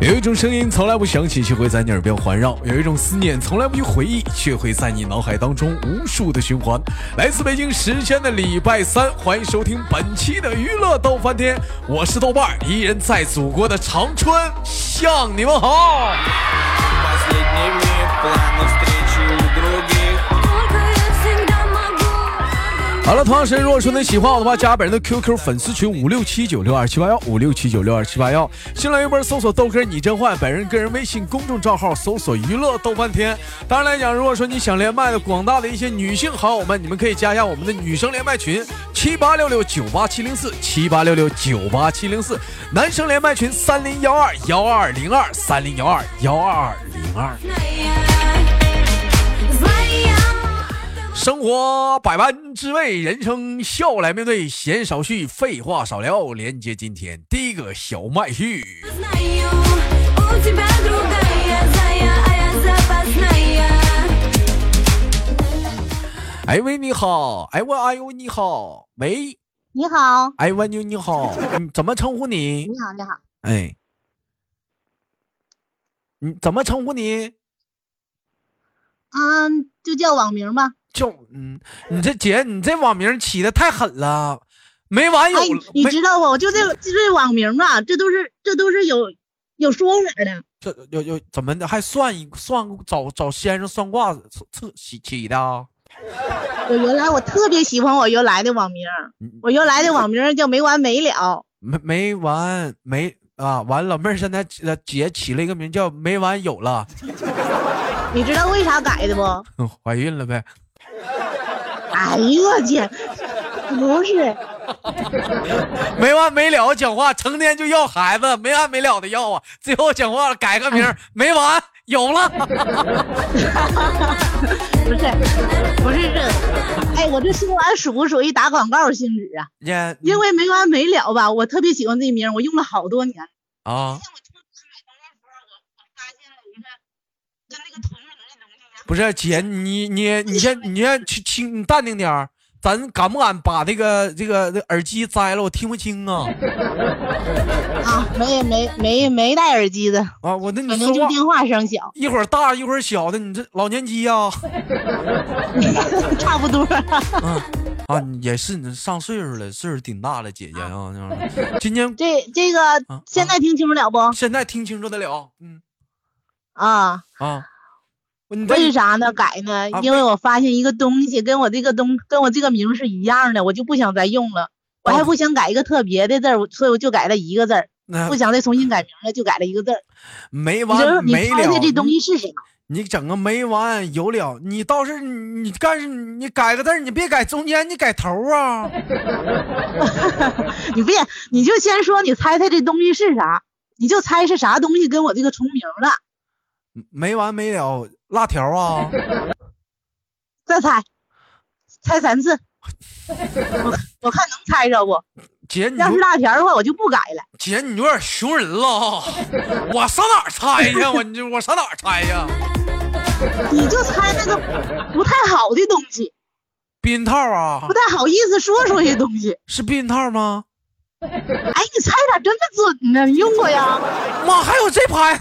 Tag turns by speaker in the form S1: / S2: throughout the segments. S1: 有一种声音从来不响起，却会在你耳边环绕；有一种思念从来不去回忆，却会在你脑海当中无数的循环。来自北京时间的礼拜三，欢迎收听本期的娱乐逗翻天，我是豆瓣儿，依然在祖国的长春向你们好。
S2: Последний миг, планы встречи у других
S3: Только я всегда могу.
S1: 好了，同样时间，如果说您喜欢我的话，加本人的 QQ 粉丝群五六七九六二七八幺五六七九六二七八幺，新浪微博搜索豆哥你真坏，本人个人微信公众账号搜索娱乐豆半天。当然来讲，如果说你想连麦的广大的一些女性好友们，你们可以加一下我们的女生连麦群七八六六九八七零四七八六六九八七零四，男生连麦群三零幺二幺二零二三零幺二幺二零二。
S3: Зная, зная,
S1: 生活百般滋味，人生笑来面对，闲少叙，废话少聊，连接今天第一个小麦序。
S3: знаю, у тебя другая зая, а я запасная.
S1: 哎喂，你好，哎喂，哎呦，你好，喂，
S4: 你好，
S1: 哎喂，你你好，嗯怎么称呼你
S4: 你？好，你好，
S1: 哎，你怎么称呼你？
S4: 嗯，就叫网名吧。
S1: 就嗯，你这姐，你这网名起的太狠了，没完有
S4: 哎，
S1: 了，
S4: 你
S1: 没
S4: 知道不？我就这就这网名啊，这都是这都是有有说法的。
S1: 这有有怎么的？还算一算找找先生算卦测起起的啊？
S4: 我原来我特别喜欢我原来的网名儿，我原来的网名儿叫没完没了。
S1: 没没完没啊！完老妹儿现在起了姐起了一个名叫“没完有了
S4: 你知道为啥改的不？”，
S1: 怀孕了呗？
S4: 哎呦我去，不是，
S1: 没完没了讲话，成天就要孩子，没完没了的要啊！最后讲话了，改个名儿，没完有了。
S4: 不是，不是这个。哎，我这说完属不属于打广告性质啊？
S1: 姐
S4: 因为没完没了吧，我特别喜欢这名儿，我用了好多年。
S1: 啊，
S4: 跟那个同名的东西
S1: 不是姐，你你你先你先去轻，你淡定点儿。咱敢不敢把这个这个这个耳机摘了？我听不清啊！
S4: 啊，没没没没戴耳机的，
S1: 啊，我那你
S4: 可
S1: 说
S4: 能就
S1: 话
S4: 电话声小，
S1: 一会儿大一会儿小的，你这老年机呀、啊！
S4: 差不多。
S1: 啊，你也是，你上岁数了，岁数挺大了，姐姐啊，那玩意 儿今年
S4: 这这个
S1: 啊
S4: 现在听清楚了不？
S1: 现在听清楚得了，嗯
S4: 啊，
S1: 啊，你这
S4: 为啥呢？改呢
S1: 啊？
S4: 因为我发现一个东西跟我这个东跟我这个名是一样的，我就不想再用了。我
S1: 哦
S4: 还不想改一个特别的字儿，我所以我就改了一个字儿，
S1: 那
S4: 不想再重新改名了，就改了一个字儿。
S1: 没
S4: 你说
S1: 啊完
S4: 你
S1: 没
S4: 猜
S1: 了
S4: 猜，这东西是啥？
S1: 你整个没完有了，你倒是你干你改个字儿，你别改中间，你改头儿啊，
S4: 你别，你就先说你猜猜这东西是啥，你就猜是啥东西跟我这个重名了，
S1: 没完没了，辣条啊，
S4: 再猜，猜三次，我我看能猜着不？
S1: 姐你
S4: 要是辣条的话，我就不改了。
S1: 姐你有点熊人了啊，我上哪儿猜去？我你我上哪儿猜去？
S4: 你就猜那个不太好的东西，
S1: 避孕套啊
S4: 不，太好意思说出去的东西。
S1: 是避孕套吗？
S4: 哎，你猜咋这么准呢？你用过呀？啊
S1: 妈，还有这拍！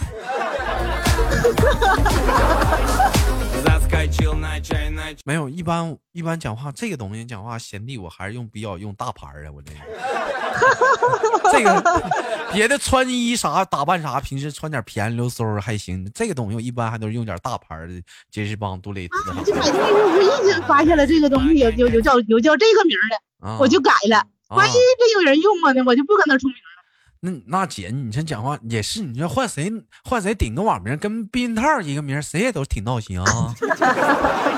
S2: Заскочил на чай, на
S1: 没有，一般一般讲话这个东西讲话贤弟，我还是用比较用大牌儿啊的，我这个这个别的穿衣啥打扮啥，平时穿点便宜溜嗖儿还行，这个东西我一般还都是用点大牌儿的杰士邦、杜蕾斯
S4: 我就买东西时候无意间发现了这个东西有有有叫有叫这个名儿的，
S1: 啊。
S4: 我就改了。
S1: 啊
S4: 万一这有人用过呢，我就不跟他重名了。
S1: 那那姐，你这讲话也是，你说换谁换谁顶个网名，跟避孕套儿一个名儿，谁也都挺闹心 啊。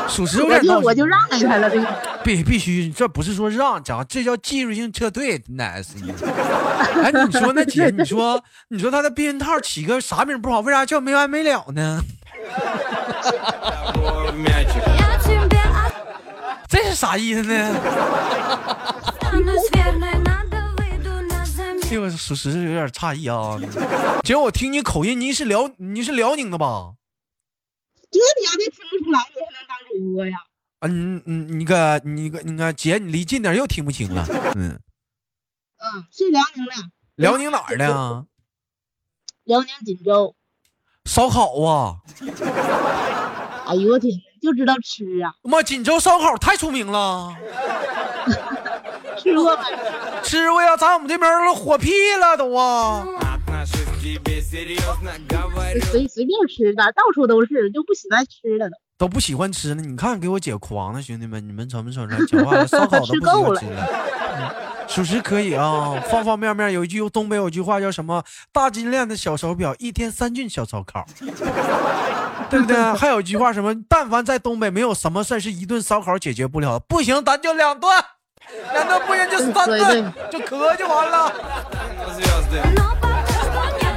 S1: 属实有
S4: 我
S1: 点
S4: 就
S1: 闹心，啊
S4: 我就让给他了这个。
S1: 必必须，这不是说让讲，这叫技术性撤退，那是。哎，你说那姐，你说你说他的避孕套起个啥名不好，为啥叫没完没了呢？
S2: чай, мячик
S3: Я тебя
S1: 这是啥意思呢？
S3: останусь верной, надо выйду на замену.
S1: 这个属实是有点诧异啊。姐，我听你口音，您是辽您是辽宁的吧？
S4: 这你要得听不出来，你还能当主播呀？
S1: 啊，你你你个你个你个姐，你离近点，又听不清了。嗯，
S4: 嗯，是辽宁的，
S1: 辽宁哪儿的啊？
S4: 辽宁锦州。
S1: 烧烤啊，
S4: 哎呦我天，就知道吃啊，
S1: 妈，锦州烧烤太出名了，
S4: 吃过吗？
S1: 吃过呀，咱我们这边儿火屁了都啊。
S2: Отношусь к тебе серьезно, говорю
S4: 随随便吃的，到处都是，就不喜欢吃了都。
S1: 都不喜欢吃了。你看给我姐狂了，兄弟们，你们瞅没瞅着？讲话了烧烤都不喜
S4: 吃够
S1: 欢
S4: 了
S1: 吃了。嗯属实可以啊，方方面面有一句东北有句话叫什么？大金链子小手表，一天三顿小烧 烤，对不对？还有一句话什么？但凡在东北，没有什么事是一顿烧烤解决不了的。不行，咱就两 顿，两顿不行就三
S4: 对对
S1: 顿，就咳就完了。
S2: звезды.
S3: но пока что нет.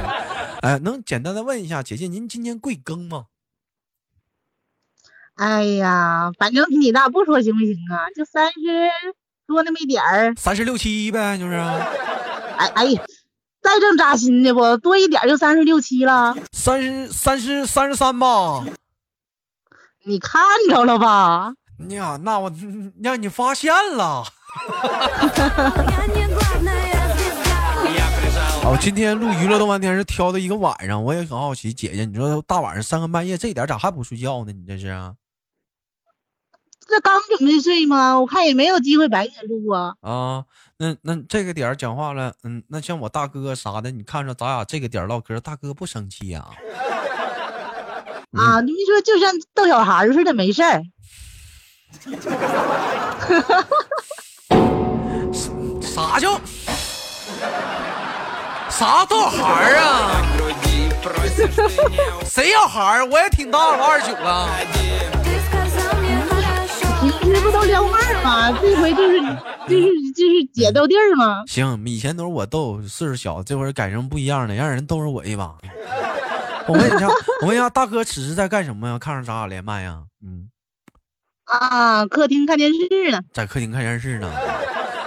S1: 哎，能简单的问一下姐姐，您今年贵庚吗？
S4: 哎呀，反正比你大，不说行不行啊？就三十多那么一点儿，
S1: 三十六七呗，就是
S4: 哎哎呀，再正扎心的不多一点儿就三十六七了，
S1: 三十三十三十三吧。
S4: 你看着了吧？
S1: 呀，那我嗯让你发现了。
S3: Я не главная звезда.
S2: Я прижал
S1: 好，今天录娱乐动漫天是挑的一个晚上，我也很好奇，姐姐，你说大晚上三更半夜这点儿咋还不睡觉呢？你这是啊？
S4: 这刚准备睡吗？我看也没有机会白天录啊。
S1: 那那这个点儿讲话了，嗯，那像我大哥啥的，你看着咱俩这个点儿唠嗑，大哥不生气呀、嗯
S4: 啊，你们说就像逗小孩儿似的，没事儿。
S1: 啥叫啥逗孩儿啊？
S2: на груди, просишь ты не
S1: 谁要孩儿？我也挺大了，二十九了。
S2: уходи.
S3: Ты сказал мне хорошо.
S4: 平时不都撩妹儿吗？这回就是就是就是姐斗地儿吗？
S1: 行，以前都是我逗，岁数小，这会儿改成不一样了，让人逗着我一把。 我问一下，我问一下，大哥此时在干什么呀？看上咱俩连麦呀？嗯，
S4: 啊，客厅看电视呢。
S1: 在客厅看电视呢。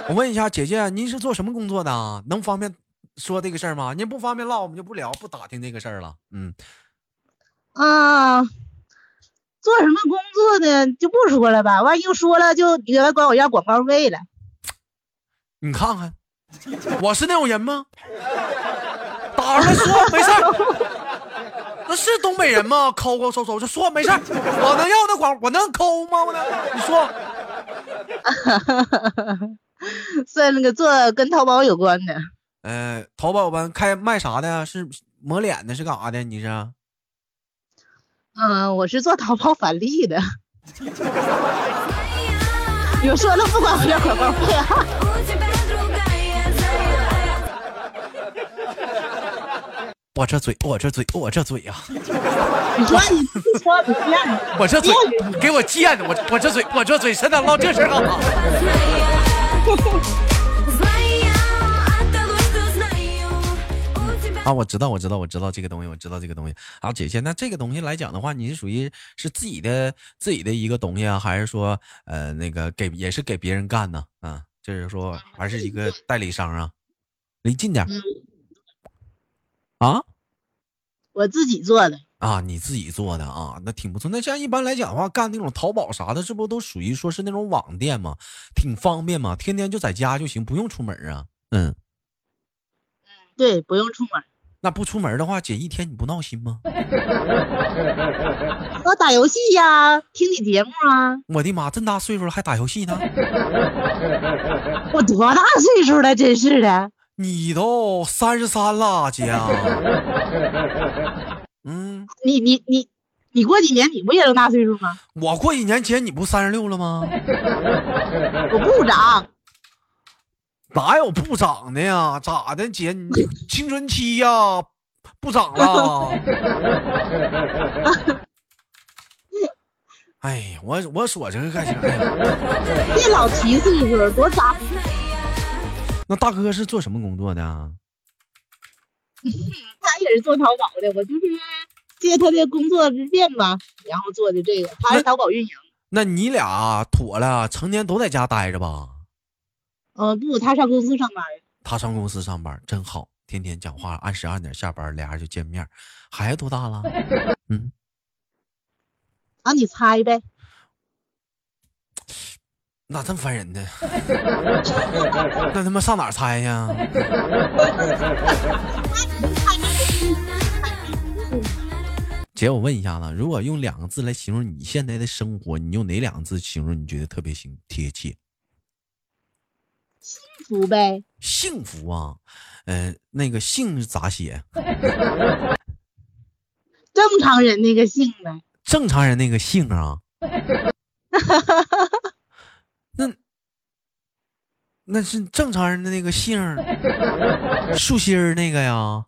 S1: 我问一下，姐姐，您是做什么工作的啊？能方便说这个事儿吗？您不方便唠，我们就不聊，不打听这个事儿了。嗯，
S4: 啊，做什么工作的就不说了吧，万一又说了就你来管我要广告费了。
S1: 你看看，我是那种人吗？打出来说 没事儿。那是东北人吗？抠抠搜搜就说没事儿，我能要那广，我能抠吗？我能？你说。
S4: 算那个做跟淘宝有关的，
S1: 呃，淘宝吧开卖啥的呀？是抹脸的，是干啥的？你是啊
S4: 嗯，我是做淘宝返利的。有说了不管我要广告费啊？
S3: У тебя другая зая.
S1: 我这嘴，我这嘴，我这嘴 呀、
S4: 你说你你说你这样，
S1: 我这嘴给我贱的，我我这嘴，我这嘴，谁能唠这事儿干啥？
S3: Зная от того, что знаю. У тебя
S1: 啊，我知道，我知道，我知道这个东西，我知道这个东西啊，姐姐，那这个东西来讲的话，你是属于是自己的自己的一个东西啊，还是说呃那个给也是给别人干呢？啊，就是说还是一个代理商啊，离近点儿
S4: 嗯，
S1: 啊。
S4: 我自己做的。
S1: 啊，你自己做的啊，那挺不错。那像一般来讲的话，干那种淘宝啥的，这不都属于说是那种网店吗？挺方便嘛，天天就在家就行，不用出门啊。嗯，
S4: 对，不用出门。
S1: 那不出门的话，姐一天你不闹心吗？
S4: 我打游戏呀、听你节目啊。
S1: 我的妈，这么大岁数了还打游戏呢？
S4: 我多大岁数了，真是的。
S1: 你都三十三了，姐啊。 嗯，
S4: 你你你你过几年你不也都大岁数吗？
S1: 我过几年姐你不三十六了吗？
S4: 我不长，
S1: 哪有不长的呀？咋的，姐你青春期呀，不长了？哎呀，我我说这个干啥呀？
S4: 别老提岁数，多扎心。
S1: 那大哥是做什么工作的啊？
S4: 他也是做淘宝的，我就是借他的工作之便吧，然后做的这个。他是淘宝运营，
S1: 那你俩妥了，成天都在家待着吧？
S4: 呃，不，他上公司上班。
S1: 他上公司上班真好，天天讲话，按时按点下班，俩人就见面。孩子多大了？嗯，
S4: 啊，你猜呗，
S1: 咋这么烦人呢？啊那他妈上哪儿猜呀？姐，我问一下子，如果用两个字来形容你现在的生活，你用哪两个字形容？你觉得特别形贴切？
S4: 福呗，
S1: 幸福啊，呃，那个幸是咋写？
S4: 正常人那个性呗，
S1: 正常人那个姓啊？那那是正常人的那个姓儿，树心儿那个呀？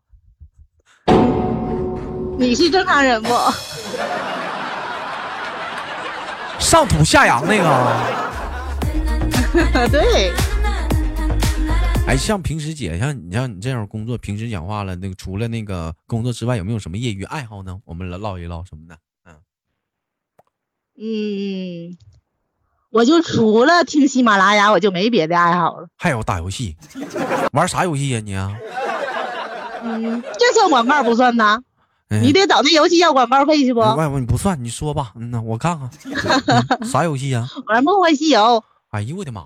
S4: 你是正常人不？
S1: 上土下洋那个啊？
S4: 对，
S1: 哎，像平时姐，像你像你这样工作，平时讲话了，那个除了那个工作之外，有没有什么业余爱好呢？我们来唠一唠什么的。
S4: 嗯，我就除了听喜马拉雅，我就没别的爱好了。
S1: 还有打游戏， 玩啥游戏呀、你啊？
S4: 嗯，这算广告不算呐？
S1: 嗯
S4: 你得找那游戏要广告费去不？
S1: 外国你不算，你说吧，嗯呐，我看看，嗯啥游戏呀、
S4: 玩《梦幻西游
S1: 哎呦我的妈！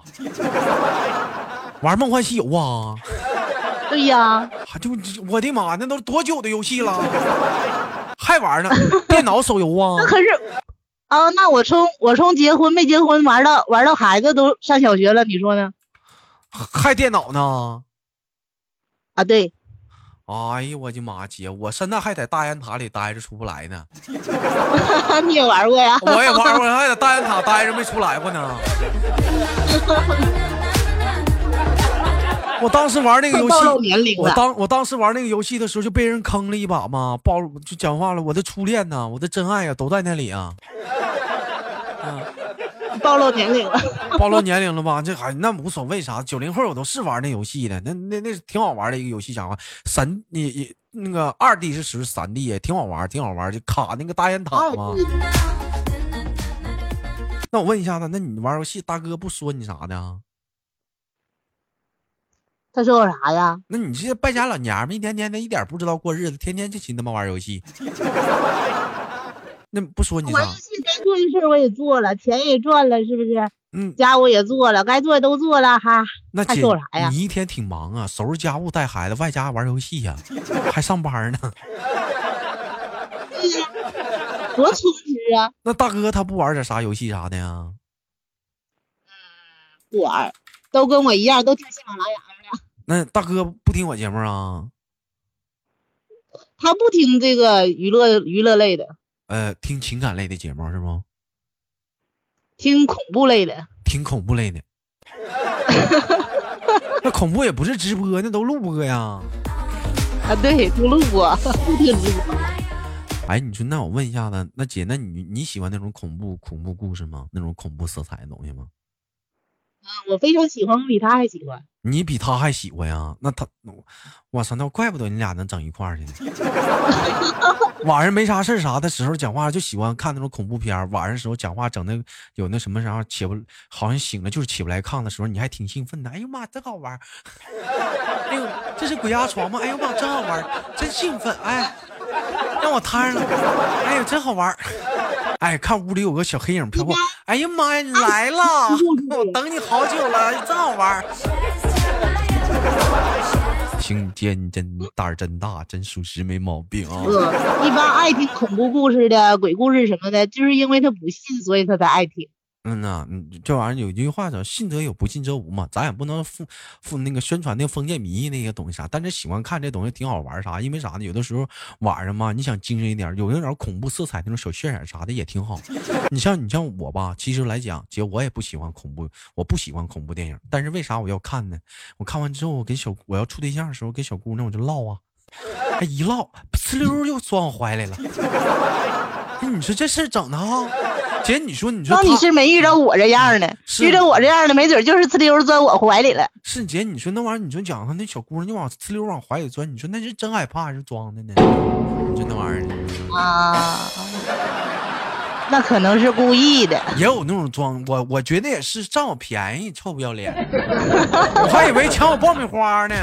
S1: 玩《梦幻西游》啊，》。
S4: 对呀、
S1: 还就我的妈，那都多久的游戏了，还玩呢？电脑手游啊
S4: 那？可是啊，那我从我从结婚没结婚玩到玩到孩子都上小学了，你说呢？
S1: 还电脑呢？
S4: 啊，对，
S1: 哎呀我的妈姐，我现在还在大雁塔里待着出不来 呢，
S4: 你也玩过呀？
S1: 我也玩过，还在大雁塔待着没出来过呢。 我当时玩那个游
S4: 暴露
S1: 戏，
S4: 年龄
S1: 我
S4: 了，
S1: 当我当时玩那个游戏的时候就被人坑了一把嘛，暴露就讲话了，我的初恋呐、我的真爱啊，都在那里 啊。
S4: 暴露年龄了。
S1: 暴露年龄了吧？这还那无所谓啥，九零后我都是玩那游戏的，那那那是挺好玩的一个游戏，讲话三也也那个二 D 是属于三 D 也挺好玩，挺好玩，就卡那个大雁塔嘛。那我问一下子，那你玩游戏大哥不说你啥的啊？
S4: 他说我啥呀？
S1: 那你这败家老娘们，一天天的一点不知道过日子，天天就寻他妈玩游戏， 那不说你
S4: 玩
S1: 啥
S4: 游？戏该做的事儿我也做了，钱也赚了，是不是？
S1: 嗯，
S4: 家务也做了，该做的都做了哈。
S1: 那
S4: 还
S1: 姐
S4: 说我啥呀
S1: 你一天挺忙啊，收拾家务、带孩子，外加玩游戏呀、还上班呢。
S4: 对呀，多充实啊！
S1: 那大哥他不玩点啥游戏啥的呀？
S4: 不玩儿，都跟我一样，都听喜马拉雅。
S1: 那大哥不听我节目啊？
S4: 他不听这个娱乐娱乐类的，
S1: 呃，听情感类的节目是不？
S4: 听恐怖类的。
S1: 听恐怖类的？ 那恐怖也不是直播，那都录播呀。
S4: 啊，对，不录播， 不听直播。
S1: 哎，你说那我问一下子，那姐，那你你喜欢那种恐怖恐怖故事吗？那种恐怖色彩的东西吗？
S4: 我非常喜欢，我比他还喜欢。
S1: 你比他还喜欢呀？那他，我操，那怪不得你俩能整一块儿去 呢。晚上没啥事儿啥的时候讲话就喜欢看那种恐怖片儿，晚上时候讲话整那有那什么啥起不，好像醒了就是起不来炕的时候，你还挺兴奋的。哎呦妈，真好玩儿！ 哎呦，这是鬼压床吗？哎呦妈，真好玩儿，真兴奋！哎，让我摊上了，哎呦，真好玩儿！哎，看屋里有个小黑影飘过，哎呀妈呀，你来了，我等你好久了，真好玩儿。行，姐，你真胆儿真大，真属实没毛病啊。
S4: 呃，一般爱听恐怖故事的、鬼故事什么的，就是因为他不信，所以他才爱听。
S1: 嗯呐、嗯这玩意儿有一句话叫“信则有，不信则无”嘛，咱也不能封封那个宣传那个封建迷信那些东西啊啥，但是喜欢看这东西挺好玩儿啥，因为啥呢？有的时候晚上嘛，你想精神一点儿，有那点儿恐怖色彩那种小渲染啥的也挺好。你像你像我吧，其实来讲，姐我也不喜欢恐怖，我不喜欢恐怖电影，但是为啥我要看呢？我看完之后，我跟小我要处对象的时候，跟小姑娘我就唠啊，哎一唠，呲溜儿又钻我怀里了。 哎，你说这事儿整的哈，姐你说你说
S4: 那你
S1: 他
S4: 是没遇着我这样的，
S1: 是
S4: 遇着我这样的，没准就是呲溜钻我怀里了。
S1: 是姐，你说那玩意儿，你说讲上那小姑娘就往呲溜往怀里钻，你说那是真害怕还是装的呢？你说那玩意儿
S4: 啊，那可能是故意的。
S1: 也有那种装，我我觉得也是占我便宜，臭不要脸， 我还以为抢我爆米花呢。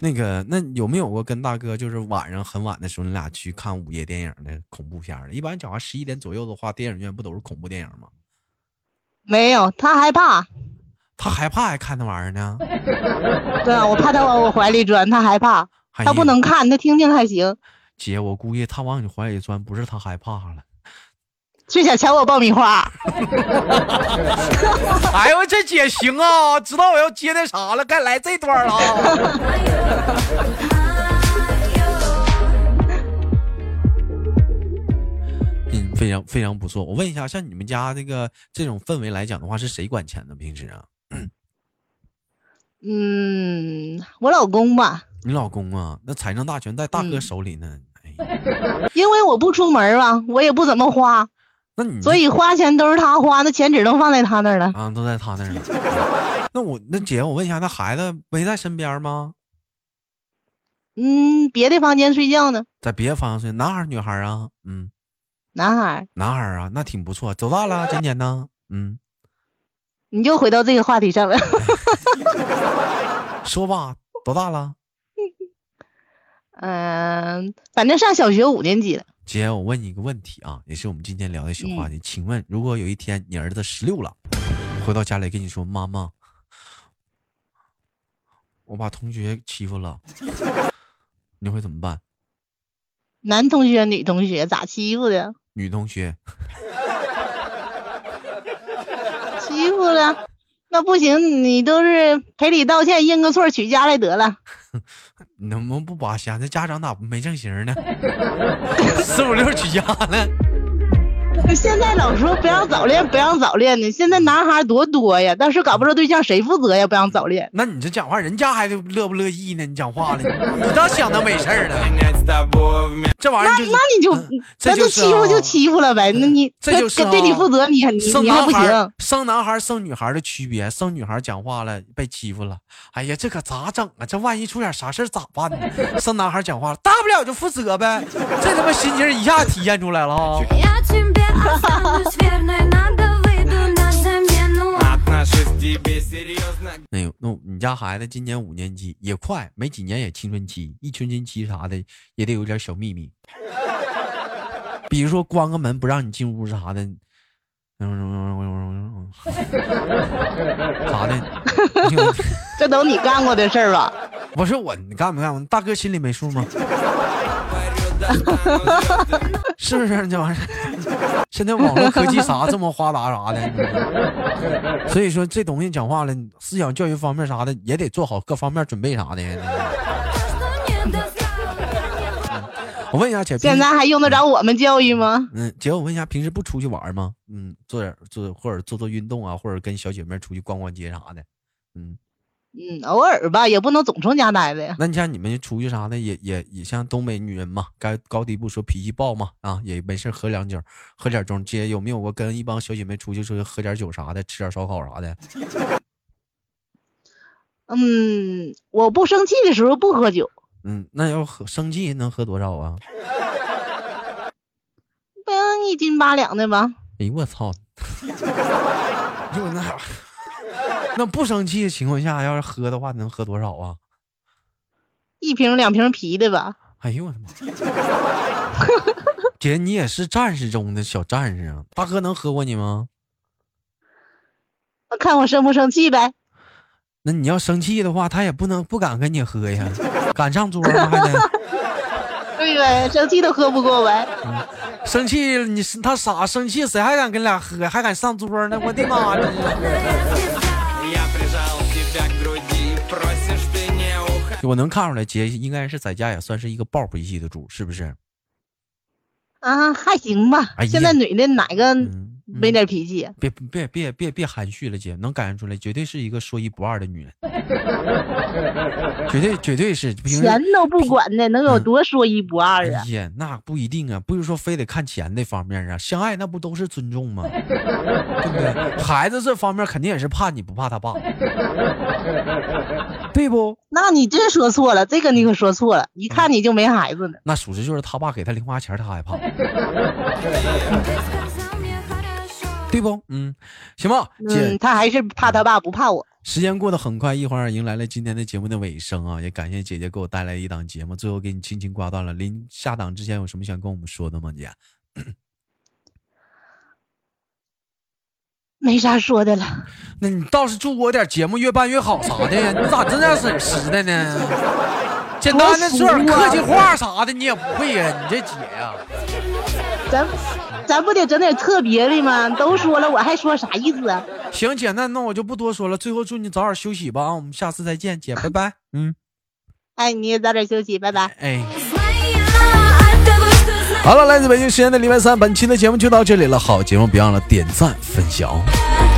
S1: 那个，那有没有过跟大哥就是晚上很晚的时候，你俩去看午夜电影的恐怖片儿的？一般讲完十一点左右的话，电影院不都是恐怖电影吗？
S4: 没有，他害怕。
S1: 他害怕还看那玩意儿呢？
S4: 对啊，我怕他往我怀里钻，他害怕，
S1: 哎
S4: 他不
S1: 呀
S4: 能看，他听听还行，
S1: 姐，我估计他往你怀里钻，不是他害怕了。
S4: 就想抢我爆米花。
S1: 哎呦，这姐行啊，知道我要接那啥了，该来这段了啊。 嗯，非常非常不错。我问一下，像你们家这个这种氛围来讲的话，是谁管钱呢？平时啊，
S4: 嗯，我老公吧，
S1: 你老公啊，那财政大权在大哥
S4: 嗯
S1: 手里呢。哎呀，
S4: 因为我不出门儿啊，我也不怎么花，
S1: 那你
S4: 所以花钱都是他花，那钱纸都放在他那儿了。
S1: 啊，都在他那儿了。 那我那姐，我问一下，那孩子没在身边吗？
S4: 嗯，别的房间睡觉呢，
S1: 在别的方向，男孩儿女孩儿啊？嗯，
S4: 男孩儿，
S1: 男孩儿啊，那挺不错。多大了？今年呢？嗯。
S4: 你就回到这个话题上了。
S1: 说吧，多大了？
S4: 嗯，反正上小学五年级了，
S1: 姐，我问你一个问题啊，也是我们今天聊的
S4: 嗯
S1: 小话题。请问，如果有一天你儿子十六了，回到家里跟你说：“妈妈，我把同学欺负了。”你会怎么办？
S4: 男同学、女同学咋欺负的？
S1: 女同学，
S4: 欺负了，那不行，你都是赔礼道歉，认个错儿，取家来得了。
S1: 你能不能不扒瞎？那家长咋没正形呢？ 四五六起家了，
S4: 现在老说不让早恋，不让早恋的，现在男孩多多呀，但是搞不着对象，谁负责呀？不让早恋，
S1: 那你这讲话，人家还乐不乐意呢？你讲话了，你倒想的美事儿呢？
S2: Гонять с тобой вместе
S1: 这玩意儿就是
S4: 那你就
S1: 嗯这
S4: 那
S1: 就
S4: 就是欺负
S1: 啊
S4: 就欺负了呗，那你
S1: 这
S4: 那
S1: 就是
S4: 跟对
S1: 啊
S4: 你负责，你还你
S1: 生
S4: 你还
S1: 男
S4: 不
S1: 孩
S4: 行
S1: 儿，生男孩儿生女孩儿的区别，生女孩儿讲话了被欺负了，哎呀，这可咋整啊？这万一出点啥事儿咋办呢？ 生男孩儿讲话了，大不了就负责呗，这他妈心情一下体现出来了啊！
S3: Я тебе останусь верной, надо выйду на замену.
S2: Отношусь к тебе серьезно
S1: 哎呦，那你家孩子今年五年级，也快没几年也青春期，一青春期啥的也得有点小秘密， 比如说关个门不让你进屋啥的， 嗯，啥的。你听我
S4: 这都你干过的事儿吧？
S1: 不是我，你干没干？大哥心里没数吗？
S2: говорю, достану звезды
S1: 是不是这玩意儿？现在网络科技啥这么发达啥的，所以说这东西讲话了，思想教育方面啥的也得做好各方面准备啥的。
S3: Что не достало,
S1: 我问一下姐，平
S4: 现
S1: 时
S4: 在还用得着我们教育吗？
S1: 嗯，姐，我问一下，平时不出去玩吗？嗯，做点做或者做做运动啊，或者跟小姐妹出去逛逛街啥的。嗯，
S4: 嗯，偶尔吧，也不能总从家待着呀。
S1: 那你像你们出去啥的，也也也像东北女人嘛，该高低不说，脾气暴嘛，啊，也没事儿喝两酒，喝点盅。姐有没有过跟一帮小姐妹出去出去喝点酒啥的，吃点烧烤啥的？
S4: 嗯，我不生气的时候不喝酒，
S1: 嗯，那要喝生气能喝多少啊？
S4: 不然一斤八两的吧。
S1: 哎呦我操！ 就那那不生气的情况下，要是喝的话，能喝多少啊？
S4: 一瓶两瓶啤的吧，
S1: 哎呦我的妈！ 姐，你也是战士中的小战士啊！大哥能喝过你吗？
S4: 那看我生不生气呗。
S1: 那你要生气的话，他也不能不敢跟你喝呀，敢上桌吗？还得。
S4: 对呗，生气都喝不过呗。
S1: 生气，你是他傻，生气谁还敢跟俩喝，还敢上桌呢？我的妈！真是
S2: Я прижал тебя к груди Просишь, ты не уходи
S1: 我能看出来，姐应该是在家也算是一个抱不一的主，是不是？
S4: 啊，还行吧。
S1: 哎呀
S4: 现在女的哪个
S1: 嗯，嗯
S4: 没点脾气？
S1: 别别别别别含蓄了，姐，能感觉出来，绝对是一个说一不二的 女人，绝对绝对是。平时
S4: 钱都不管的，能有多说一不
S1: 嗯哎
S4: 二啊？
S1: 呀，那不一定啊，不是说非得看钱那方面啊，相爱那不都是尊重吗？ 对不对？孩子这方面肯定也是怕你不怕他爸，对不？
S4: 那你真说错了，这个你可说错了，一看你就没孩子呢。
S1: 那属实就是他爸给他零花钱，他害怕，
S3: ты сказал мне хорошо.
S1: 对不？嗯，行吧，姐，
S4: 嗯，他还是怕他爸，不怕我。
S1: 时间过得很快，一会儿迎来了今天的节目的尾声啊！也感谢姐姐给我带来一档节目，最后给你轻轻挂断了。临下档之前有什么想跟我们说的吗，姐？
S4: 没啥说的了。
S1: 那你倒是祝我点节目越办越好啥的呀？ 你咋这样损失的呢？简单的说点
S4: 多俗啊
S1: 客气话啥的，你也不会呀、你这姐呀、
S4: 咱咱不得整点特别的吗？都说了，我还说啥意思啊？
S1: 行，姐，那那我就不多说了。最后祝你早点休息吧啊！我们下次再见， 姐，拜拜。嗯，
S4: 哎，你也早点休息，拜拜。
S1: 哎。
S3: Знаю я от того, что знаю.
S5: 好了，来自北京时间的礼拜三，本期的节目就到这里了。好节目，别忘了点赞分享哦。
S3: я. а